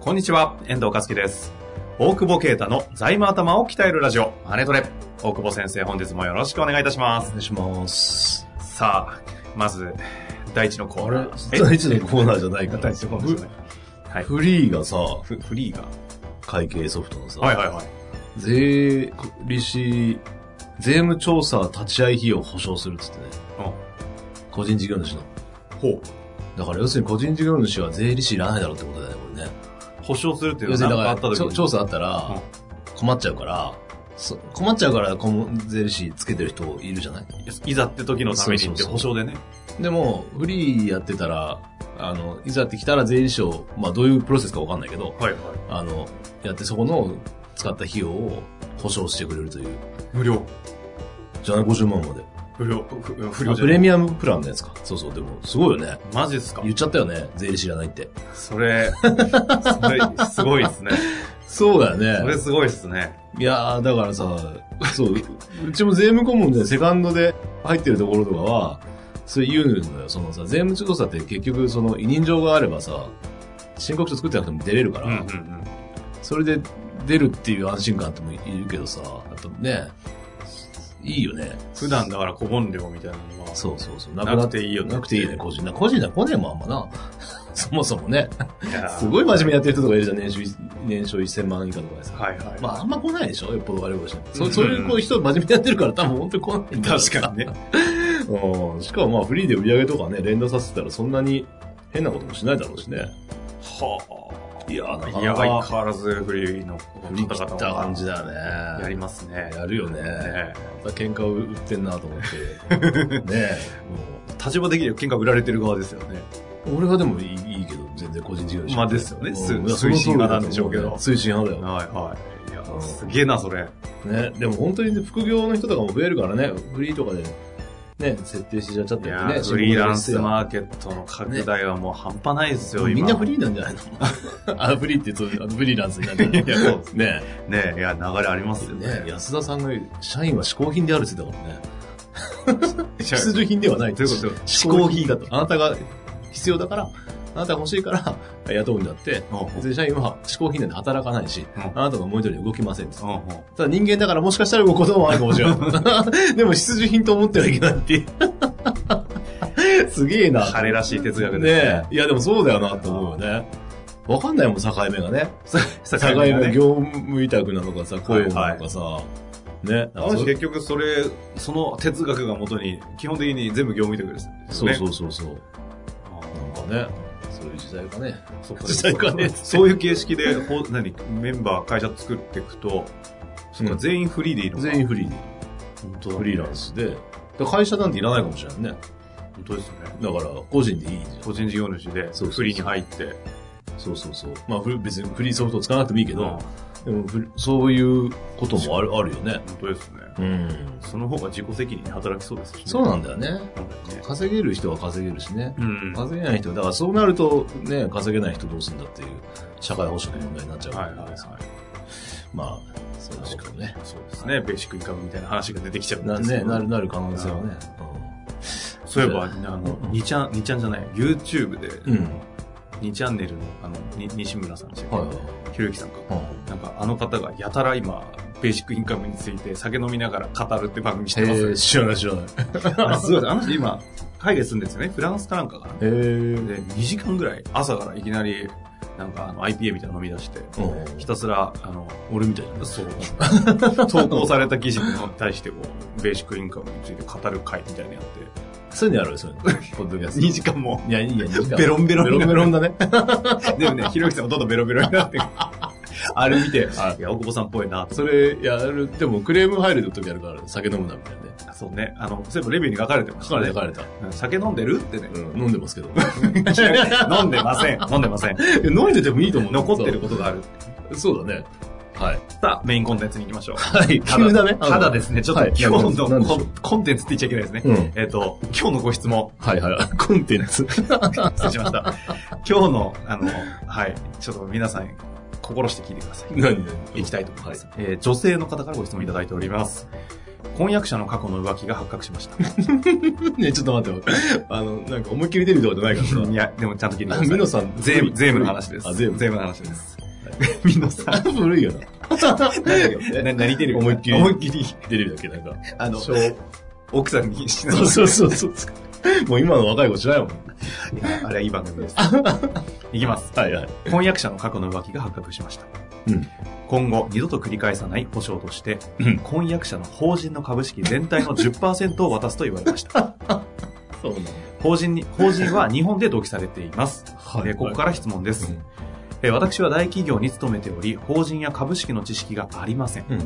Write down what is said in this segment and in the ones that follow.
こんにちは、遠藤和樹です。大久保啓太の財務頭を鍛えるラジオ、マネトレ。大久保先生、本日もよろしくお願いいたしまおす。願いします。さあ、まず、第一のコーあナれー。第一のコーナーじゃないか第ら。一のコーナーじゃない。はい。フリーがさ、フフリーが。会計ソフトのさ、はいはいはい。税理士、税務調査立ち会い費用を保証するっつってね、個人事業主の。うんほう。だから要するに個人事業主は税理士いらないだろうってことだよね、これね。保証するっていう要するのにはだ何かかあら、ったち時ょに。調査あったら困っちゃうから、そ困っちゃうからこの税理士つけてる人いるじゃないいざって時のためにそっうてそうそう保証でね。でも、フリーやってたら、あの、いざってきたら税理士を、まあどういうプロセスかわかんないけど、はいはい。あの、やってそこの使った費用を保証してくれるという。無料。じゃない ?50 万まで。無料。ふ不あ良じゃプなレい。ミアムプランのやつか。そうそう、でも、すごいよね。マジっすか言っちゃったよね。税理士いらないって。それ、それ、すごいですね。そうだそよれね。すごいですね。いやー、だからさ、そう、うちも税務顧問でセカンドで入ってるところとかは、それ言うのよ。そのさ、税務調査って結局、その委任状があればさ、申告書作ってなくても出れるかうら、んうんうん。それで出るっていう安心感ってもいるけどさ、やっぱね、いいよね。普段だから、小本料みたいなのは、そうそうそう。ななくくななっってていいいいよよねね。なくていいね、個人な。個人だ、個人もあんまな。 そもそもね。いやーすごい真面目やってる人とかいるじゃん、年収い、年収1000万以下とかでさ。はいはい。まあ、あんま来ないでしょよっぽど悪いことして。うそんそういうこう人真面目にやってるから多分本当に来ないんだろうな確かにね。うん。しかもまあ、フリーで売り上げとかね、連動させてたらそんなに変なこともしないだろうしね。はあ。いやー、なかなかいや、相変わらずフリーの振り切った感じだよね。やりますね。やるよね。ねまた喧嘩を売ってんなと 思って。ねえ。もう立場的には喧嘩売られてる側ですよね。俺はでもいいいいけど、全然個人事業主まあですよねすうんいや推進派なんでしょそうけど推進派だよ。はいはい。いや、すげえな、それ。ね、でも本当にね副業の人とかも増えるからね、フリーとかで、ね、設定してちゃっちゃっいてやね、ー、フリーランス仕事のマーケットの拡大はもう半端ないです人よ、は今。みんなフリリーなんじゃないの あ、フリーってそういう、あのフリーランスになっていやそう ですね。ー。ねいや、流れありますよねね。安田さんが言う、社員は嗜好品であるって言ってたからね。 必必需品ではない。ということよ。嗜好品だと。あなたが必要だから、あなたが欲しいから雇うんだって、別に社員は嗜好品なんで働かないし、うんあなたの思い通りに動きませんって。うんうんただ人間だからもしかしたら動くこともあるかもしれない。 でも必需品と思ってはいけないっていう。 すげえな。彼らしい哲学ですねねえ。いやでもそうだよなと思うよね。わかんないもん、境目がね。境境目目がねが業務委託なのかさ、雇用なのかさ。ね。あの人結局それ、その哲学がもとに、基本的に全部業務委託ですよね。そうそうそうそう。あーなんかね、そういう時代かね。そうか時代かね そういう形式で、ほ何、メンバー、会社作っていくと、そっかうん全員フリーでいいのか全員フリーで。本当だフリーランスで。だから会社なんていらないかもしれないね。本当ですね。だから、個人でいいじゃん。個人事業主で、そうそうそうフリーに入って、そうそうそう。まあ、フリ別にフリーソフト使わなくてもいいけけどど、、でもふそういうこともあるあるよね。本当ですね。うん。その方が自己責任に働きそうですしね。そうななんだよね。んだよね。稼げる人は稼げるしね。うん。は稼げない人は、だからそうなるとね、稼げない人どうするんだっていう、社会保障の問題になっちゃいうはわいけはでい。すまあ、そうですけどね。そうですね。ベーシックインカムみたいな話が出てきちゃうんなですけね、どなる、なる可能性はね。そういえば、あそうの、2ちゃん、二ちゃんじゃない、YouTube で、うん。うん。 2チャンネルの、あの、に西村さんでしたっけ、はいはいひろゆきさんか。はい。なんか、あの方がやたら今、ベーシックインカムについて酒飲みながら語るって番組してますよへねえ、。知らない知らない。あれすごいです。あの人今、海外住んでるんですよね。フランスかなんかかな。へえ。うん。で、2時間ぐらい、朝からいきなり、なんかあの IPA みたいなの飲み出して、ひたすら、あの、俺みたいな。そう、投稿された記事に対してこう、ベーシックインカムについて語る会みたいなのやっそういうのやろうよ、そういうの。ポッドキャて、スト。 2時間も、いや、いいや、2時間。ベロンベロンベロンベロンだね。 でもね、ひろゆきさんもどんどんベロベロになって、あれ見て、はいいや、大久保さんっぽいな、とそれやる、でもクレーム入る時あるから、酒飲むなみたいなね。そうね。あの、全部レビューに書かれてまし書かたれね。た書かれた。うん酒飲んでるってね。うん、飲んでますけど。 飲んでません。飲んでません。飲んでてもいいと思う。残ってることがある。そう。そうだね。はい。さあ、メインコンテンツに行きましょう。はい。ただ急だね。ただですね、ちょっとはい今日なのんでしょコうンコンテンツって言っちゃいけないですね。うん。えっと、今日のご質問、はいはい。 コンテンツ。失礼しました。今日の、あの、はい、ちょっと皆さん、心して聞いてください。何いき行きたたいいとと思いま思いますす。えー女性の方からご質問いただいております。婚約者の過去の浮気が発覚しました。ね、ちょっと待ってよ。あの、なんか思いっきり出るとかじゃないからさ。いや、でもちゃんと聞いてくだあ さい。ミノさん。税務、税務の話です。あ、税税務。務の話です。 ミノさん。 古いよな。 な何出る思いっきり 思いっきり。出るだけ、なんか。あの、そう奥さんにしなそうそうそう。もう今の若い子知らんよ。あれはいい番組です。 いきます。はいはい。婚約者の過去の浮気が発覚しました。うん今後、二度と繰り返さない保証として、うん婚約者の法人の株式全体の10%を渡すと言われま した。そうなの。法人に、法人は日本で同期されています。はえーここからら質問で、ですえー私は大企業に勤めており、法人や株式の知識がありません。うんうん。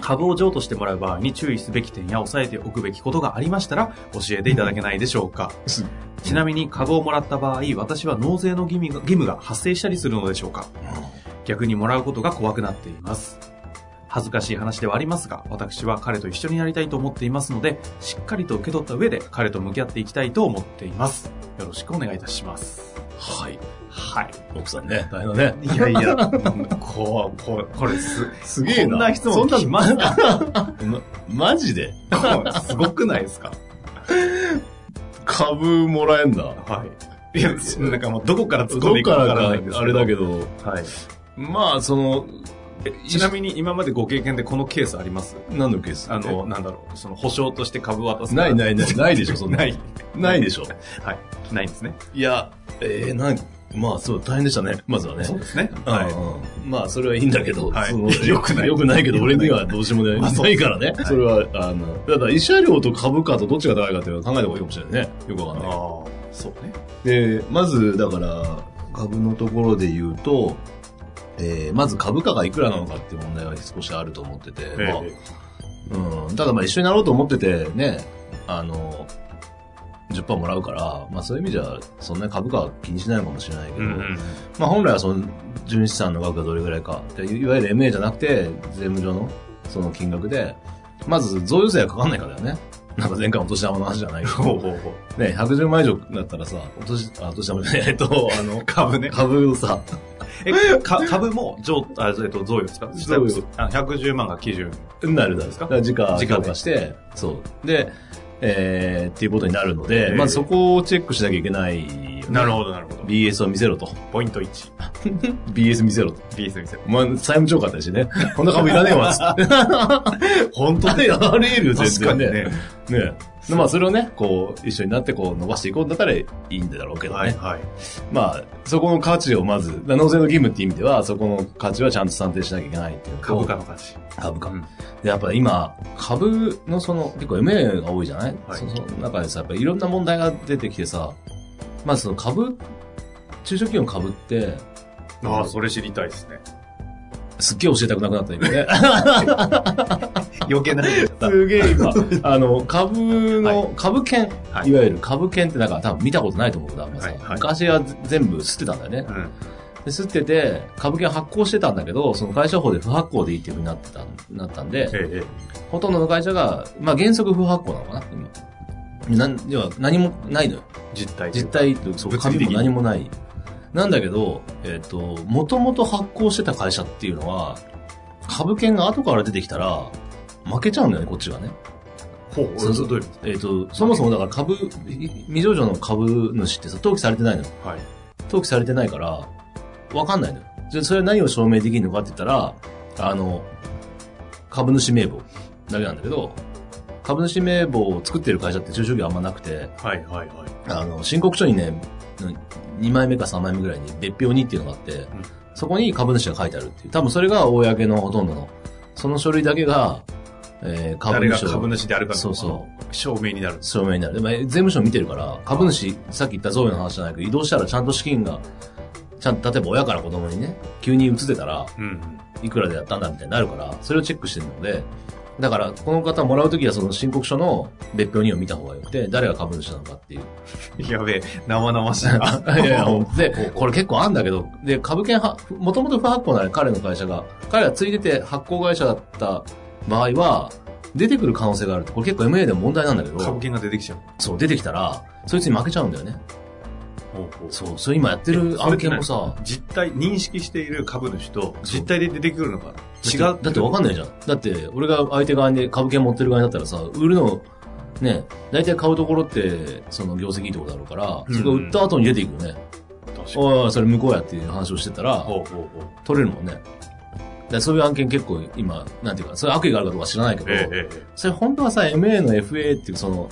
株を譲渡してもらう場合に注意すべき点や押さえておくべきことがありましたら教えていただけないでしょうか、すちなみに株をもらった場合私は納税の義務が義務が発生したりするのでしょうか逆にもらうことが怖くなっています恥ずかしい話ではありますが私は彼と一緒になりたいと思っていますのでしっかりと受け取った上で彼と向き合っていきたいと思っていますよろしくお願いいたしますはい。はい奥さんね、大変だね。いやい やこうこうこれすすげえな。こんな質問そ来んな、ますかま、マジですごくないですか株もらえんだ。はい。いや、なんかもうどこから突っ込んどでっいくかかわらからないんですか、あれだけど。ど、はい。まあ、その、ちなみに今までご経験でこのケースあります何のケースあの、、なんだろう、その保証として株渡す。ないい。な いない、ないでしょ、そんな。な。い。ないでしょ。ないんですね。いや、えー、なんまあ、そう、大変でしたね、まずはね。そうですね。はいはまあ、それはいいんだけど、はいそのよくないよくないけど、俺にはどうしようもあないそうないからね。それは、あの、ただ、医者料と株価とどっちが高いかっていうのを考えた方がいいかもしれないね。よくわい。かんない。ああ、そうね。で、まず、だから、株のところで言うと、えー、まず株価がいくらなのかっていう問題は少しあると思ってて、まあえうん、ただまあ一緒になろうと思っててね、あの、10%もらうから、まあそういう意味じゃ、そんなに株価は気にしないのかもしれないけえど、うんうん。まあ本来はその、純資産の額がどれぐらいか、でいいわゆる MA じゃなくて、税務上のその金額で、まず贈与税がかかんないからだよね。なんか前回お年玉の話じゃないけ どほうほうほう。ね、110万以上だったらさ、お年、あ、お年玉じゃない、えっと、あの、株ね。株をさ、え、か株も、上、あ、えっと、贈与ですか贈与あ110万が基準。なるだろうですかだから時価、時時価価で化して、そう。で、えー、っていうことになるので、えーまずそこをチェックしなきゃいけないよね、なるほど、なるほど。 BS を見せろと。ポイント1。 BS 見せろと。 BS 見せる。お前、債務超過だしね。 こんな株いらねえわ、つって。 本当だよ、あり得るよ、確全か然にね。ね。ねでまあ、それをね、こう、一緒になって、こう、伸ばしていこうんだったらいいんだろうけどね。はい、はい。まあ、そこの価値をまず、納税の義務っていう意味では、そこの価値はちゃんと算定しなきゃいけないっていうのと株価の価値。株価。うんで、やっぱ今、株のその、結構 MA が多いじゃない、はいそその中でさ、やっぱいろんな問題が出てきてさ、まずその株、中小企業の株って、ああ、それ知りたいですね。すっげえ教えたくなくなった今 ね。余計なこと言っちゃった。すげえ 今、あの、株の、は株券、はいい、わゆる株券ってなんか多分見たことないと思うけど、あんまさはいはい昔は全部吸ってたんだよね。うん。で吸ってて、株券発行してたんだけど、その会社法で不発行でいいっていうふうになってた、なったんで、ええええ。ほとんどの会社が、まあ原則不発行なのかな今。なん、要は何もないのよ。実態。実態と、そう、物理紙的にも何もない。なんだけど、えっ、と、もともと発行してた会社っていうのは、株券が後から出てきたら、負けちゃうんだよね、こっちがね。ほう、そうそうどういうこえっ、と、そもそもだから株、い未上場の株主ってさ、登記されてないのよ。とはい。登記されてないから、わかんないのよ。じゃあそれは何を証明できるのかって言ったら、あの、株主名簿だけなんだけど、株主名簿を作ってる会社って中小企業あんまなくて、はいはいはあの、申告書にね、2枚目か3枚目ぐらいに別表にっていうのがあって、そこに株主が書いてあるっていう。多分それが公のほとんどの、その書類だけが、えーい。誰株が主株を主であるかそうそ証明になる。証明になる。でもえー税務署見てるから、株主、さっき言った贈与の話じゃないけど、移動したらちゃんと資金がちゃんと、例えば親から子供にね、急に移ってたら、うん。いくらでやったんだみたいになるから、それをチェックしてるので、だから、この方もらうときはその申告書の別表人を見た方がよくて、誰が株主なのかっ ていう。やべえ、生々しいな。いやいやもうで、これ結構あんだけど、で、株券は、もともと不発行なのよ彼の会社が。彼がついてて発行会社だった場合は、出てくる可能性があるって、これ結構 MA でも問題なんだけ株ど、券が出てきちゃう。そう、出てきたら、そいつに負けちゃうんだよね。そそう、それ今やってる案件もさ、う実態、認識している株主と、実態で出てくるのか。違う。だってだってわかんないじゃん。だって、俺が相手側に株券持ってる側になったらさ、売るの、ね、大体買うところって、その業績いいところだろうから、うんそれが売った後に出ていくよね。確かに。おいおい、それ向こうやっていう話をしてたら、ほうほうほう。取れるもんね。だからそういう案件結構今、なんていうか、そういう悪意があるかどうか知らないけど、ええええ。それ本当はさ、MA の FA っていうその、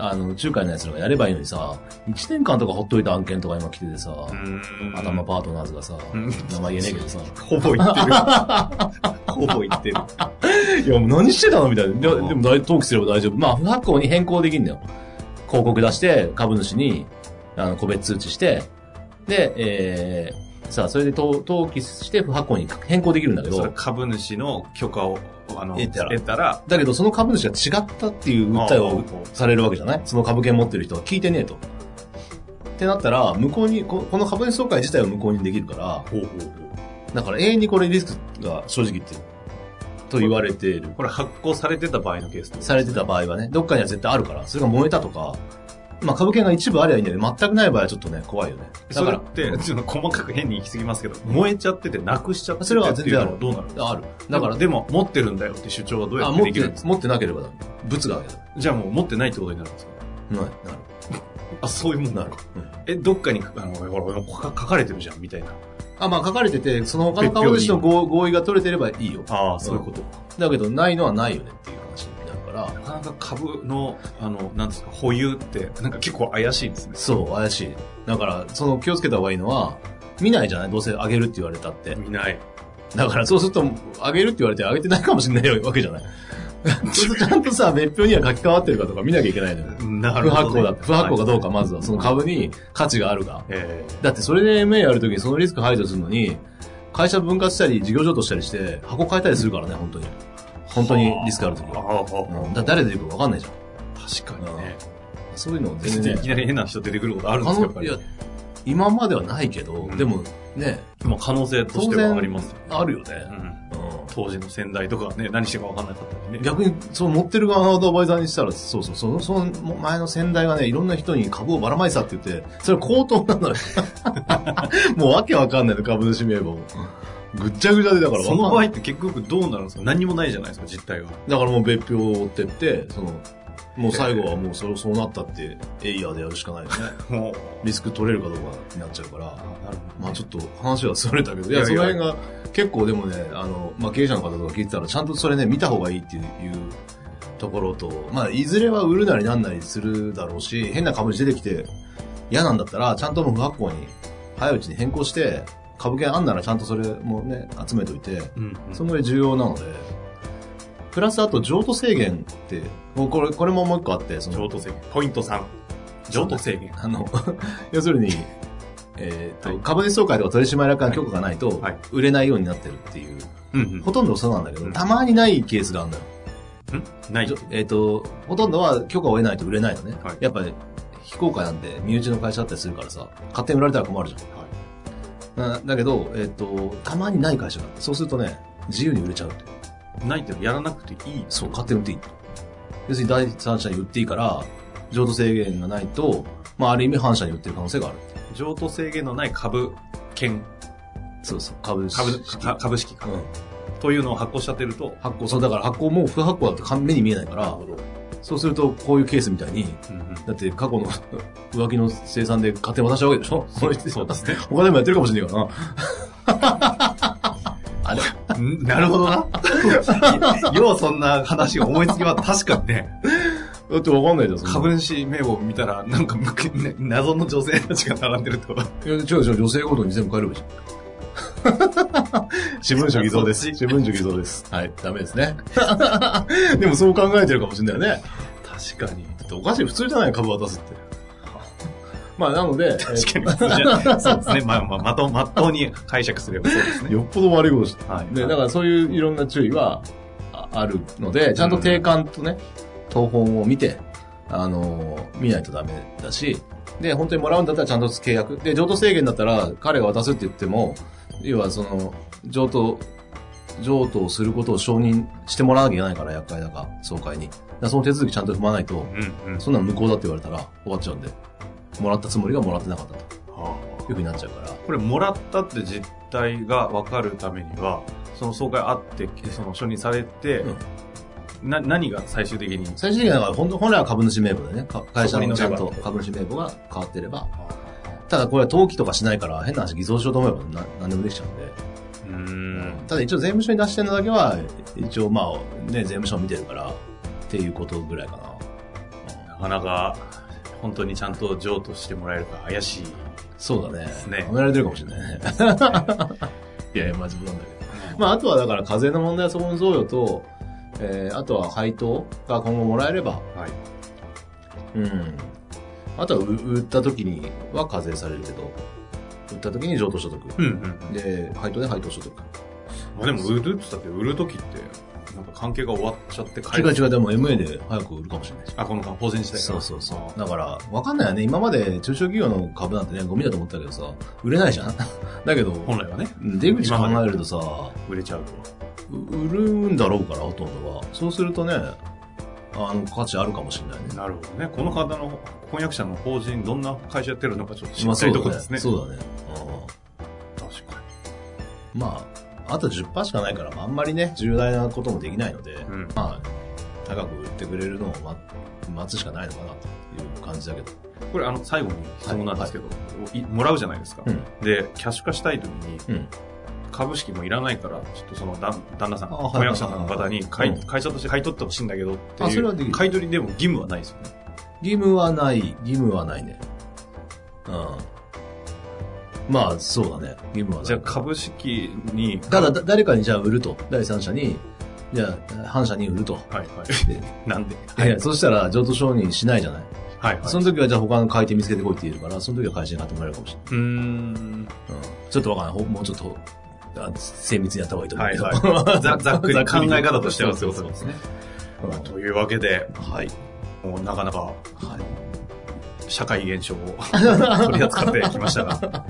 あの、仲介のやつらがやればいいのにさ、1年間とかほっといた案件とか今来ててさ、うーん頭パートナーズがさ、うん名前言えねえけどさ、ほぼ言ってる。ほぼ言ってる。いや、もう何してたのみたいな。ででも大、登記すれば大丈夫。まあ、不発行に変更できるんだよ。広告出して、株主に、あの、個別通知して、で、えー、さあ、それで登登記して、不発行に変更できるんだけそれど、株主の許可を、あの、得たら得たら、だけど、その株主が違ったっていう訴えあをあされるわけじゃないその株券持ってる人は聞いてねえと。ってなったら、向こうにこ、この株主総会自体は無効にできるから、ほうほうほう。だから永遠にこれリスクが正直言ってる。と言われている。これ発行されてた場合のケースってことされてた場合はね、どっかには絶対あるから、それが燃えたとか、まあ株券が一部ありゃいいんだけど、全くない場合はちょっとね、怖いよね。だそかれらっ、て、ちょっと細かく変に行き過ぎますけど、燃えちゃってて、なくしちゃっててそれは全然あってる。いうのはどうなるある。だから、でも、持ってるんだよって主張はどうやあ、って持でっきてるんです、か持ってなければだ。物があげた。じゃあもう持ってないってことになるんですかない、なる。あ、そういうもんななるの。え、どっかに、あの、ほら、ほら書か書かれてるじゃん、みたいな。あ、まあ書かれてて、その他の株主の合合意が取れてればいいよ。ああ、。そういうことだけど、ないのはないよねっていう話になるから、なかなか株の、あの、なんですか、保有って、なんか結構怪しいですね。そう、怪しい。だから、その気をつけた方がいいのは、見ないじゃないどうせあげるって言われたって。見ない。だからそうすると、あげるって言われてあげてないかもしれないわけじゃない。そうするとちゃんとさ、別表には書き換わってるかとか見なきゃいけないのよ。な不発行っだってて。不発行かどうか、はいまずは。その株に価値があるか。えだってそれで MA やるときにそのリスク排除するのに、会社分割したり、事業譲渡したりして、箱変えたりするからね、本当に。本当にリスクあるときえは。ああ、うん、だ誰出てくるか分かんないじゃん。確かにね。そういうの全全然然いきね。なり変な人出てくることあるんで可すか、やっ能ぱいりや。、今まではないけど、うんでもね、まあ可能性としてはありますよね。あるようね。ん。うん当時の先代とかね、何してか分かんなかったりね。逆に、そう、持ってる側のアドバイザーにしたら、そうそう、その、その前の先代がね、いろんな人に株をばらまいてたって言って、それ口頭 なのよ。もうわけわかんないの、株主名簿も。ぐっちゃぐちゃで、だからわかそんの場ない合って結局どうなるんですか何にもないじゃないですか、実態が。だからもう別表を追ってって、その、もう最後はもうそれそうなったって、エイヤーでやるしかないよね。もう。リスク取れるかどうかになっちゃうから。なるほまあちょっと話はそれたけど、いいや、やいそやの辺が結構でもね、あの、まあ経営者の方とか聞いてたら、ちゃんとそれね、見た方がいいっていうところと、まあいずれは売るなりなんなりするだろうし、変な株主出てきて嫌なんだったら、ちゃんともう不発行に、早いうちに変更して、株券あんならちゃんとそれもね、集めといて、うん、うん。そのぐらい重要なので、プラスあと譲渡制限って、もうこれ、これももう一個あって、その、譲渡制限。ポイント3。譲渡制限。あの、 要するに、えっと、はい株主総会とか取締役の許可がないとはい、売れないようになってるっていう、うん、うんほとんどそうなんだけうど、んたまにないケースがあるのよ。ん。ないじょ。えっと、ほとんどは許可を得ないと売れないのねはい。やっぱり、非公開なんで、身内の会社だったりするからさ、勝手に売られたら困るじゃん。なだけど、えっと、たまにない会社があって、そうするとね、自由に売れちゃうっていう。ないっていうのはやらなくていい。そう、勝手に売っていい。要するに第三者に売っていいから、譲渡制限がないと、まあ、ある意味反社に売ってる可能性がある。譲渡制限のない株券、そうそう、株式。株か株式か、うんというのを発行しちゃってると、発行、そうだから発行も不発行だと目に見えないから、そうするとこういうケースみたいに、うんうんだって過去の 浮気の生産で勝手に渡したわけでしょそうそうですね。他でもやってるかもしれないからな。あれんなるほ どな。ようそんな話が思いつきは確かにね、だってわかんないじゃん、そんな株主名簿を見たら、なんか、ね謎の女性たちが並んでると。いや違う違う、女性ごとに全部変えればいい じゃん。私文書偽 造です。私文書偽造です。はい、ダメですね。 でもそう考えてるかもしれないよね。確かに。だっておかしい、普通じゃない株渡すって。 まあ、なので、確かにそうじゃ、そうですね。まあまあ、まと、まっとうに解釈すればそうです ね。よっぽど悪いことした。はい。で、だからそういういろんな注意はああるので、ちゃんと定款とね、東本を見て、あのー見ないとダメだし、で、本当にもらうんだったらちゃんと契約。で、譲渡制限だったら彼が渡すって言っても、要はその、譲渡、譲渡をすることを承認してもらわなきゃいけないから、厄介だか、総会に。だからその手続きちゃんと踏まないと、うんうん。そんなの無効だって言われたら終わっちゃうんで、もらったつもりがもらってなかったというふうになっちゃうから。これ、もらったって実態が分かるためには、その総会あって、その承認されて、な、何が最終的に。最終的には本当本来は株主名簿だね。か会社のちゃそんとこに載れば株主名簿が変わってれば。ただこれは登記とかしないから変な話偽造しようと思えばな何でもできちゃうんで。うーん。ただ一応税務署に出してるのだけは、一応まあね、税務署を見てるからっていうことぐらいかな。なかなか、本当にちゃんと譲渡してもらえるか怪しい。そうだね。すね褒められてるかもしれないね。 いやいや、まあ自分なんだけど。まああとはだから課税の問題はそこの贈与と、えー、あとは配当が今後もらえれば、はい。うん。あとはう売った時には課税されるけど、売った時に譲渡所得。うんうん。で、配当で配当所得。まあでも、売るって言ったって、売る時って、なんか関係が終わっちゃって帰違うる。違う、でも MA で早く売るかもしれないし。あ、この間、法人自体そうう。そうそう。だから、わかんないよね。今まで中小企業の株なんてね、ゴミだと思ってたけどさ、売れないじゃん。 だけど、本来はね、出口考えるとさ、売れちゃうと。う売るんだろうから、ほとんどは。そうするとね、あの、価値あるかもしれないね。なるほどね。この方の翻訳者の法人、どんな会社やってるのかちょっと知まりあたそういだところですね。そうだね。うん確かまあ、あと10%しかないから、あんまりね、重大なこともできないので、に。うん。まあ、高く売ってくれるのを待待つしかないのかなという感じだけど。これ、あの、最後に質問なんですけど、いもらうじゃないですか、うんで、キャッシュ化したいときに、うん株式もいらないから、ちょっとその旦旦那さん、あはい翻訳者さんの方に買い、うん会社として買い取ってほしいんだけどってあそいれはできう、る買い取りでも義務はないですよね。義務はない、義務はないね。うん。まあ、そうだね。義務はない。じゃあ、株式に、ただ、だ誰かにじゃあ売ると。第三者に、じゃあ、反社に売ると。はい はい。なんで、はいや、そしたら、譲渡承認しないじゃない。はい、はい。その時は、じゃあ他の買い手見つけてこいって言うから、その時は会社に買ってもらえるかもしれないうーん。。うん。ちょっとわかんないほ。もうちょっと、あ精密にやった方がいいと思うはけいど。はい。 ざざっくざっりくり考え方としてはそういうこそうとそうですね。うんというわけで、はい。もうなかなかはい。社会現象 を取り扱ってきましたが、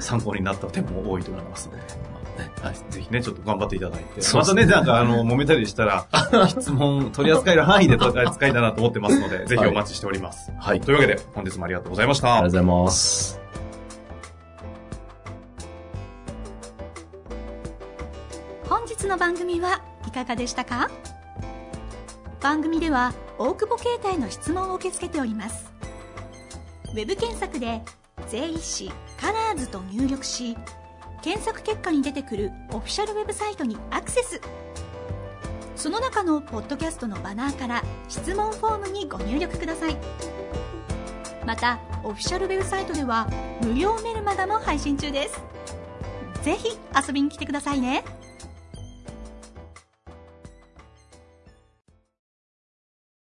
参考になった点も多いと思いますので、はい。ぜひね、ちょっと頑張っていただいて、そうまたですね、ねなんかあの、揉めたりした ら、質問取り扱える範囲で取り扱いたいなと思ってますので、ぜひお待ちしております。はい。というわけで、本日もありがとうございましあたりがとうご。ざいます。本日の番組はいかがでしたか番組では大久保携帯の質問を受け付けておりますウェブ検索で「税理士カラーズと入力し検索結果に出てくるオフィシャルウェブサイトにアクセスその中のポッドキャストのバナーから質問フォームにご入力くださいまたオフィシャルウェブサイトでは無料メルマガも配信中ですぜひ遊びに来てくださいね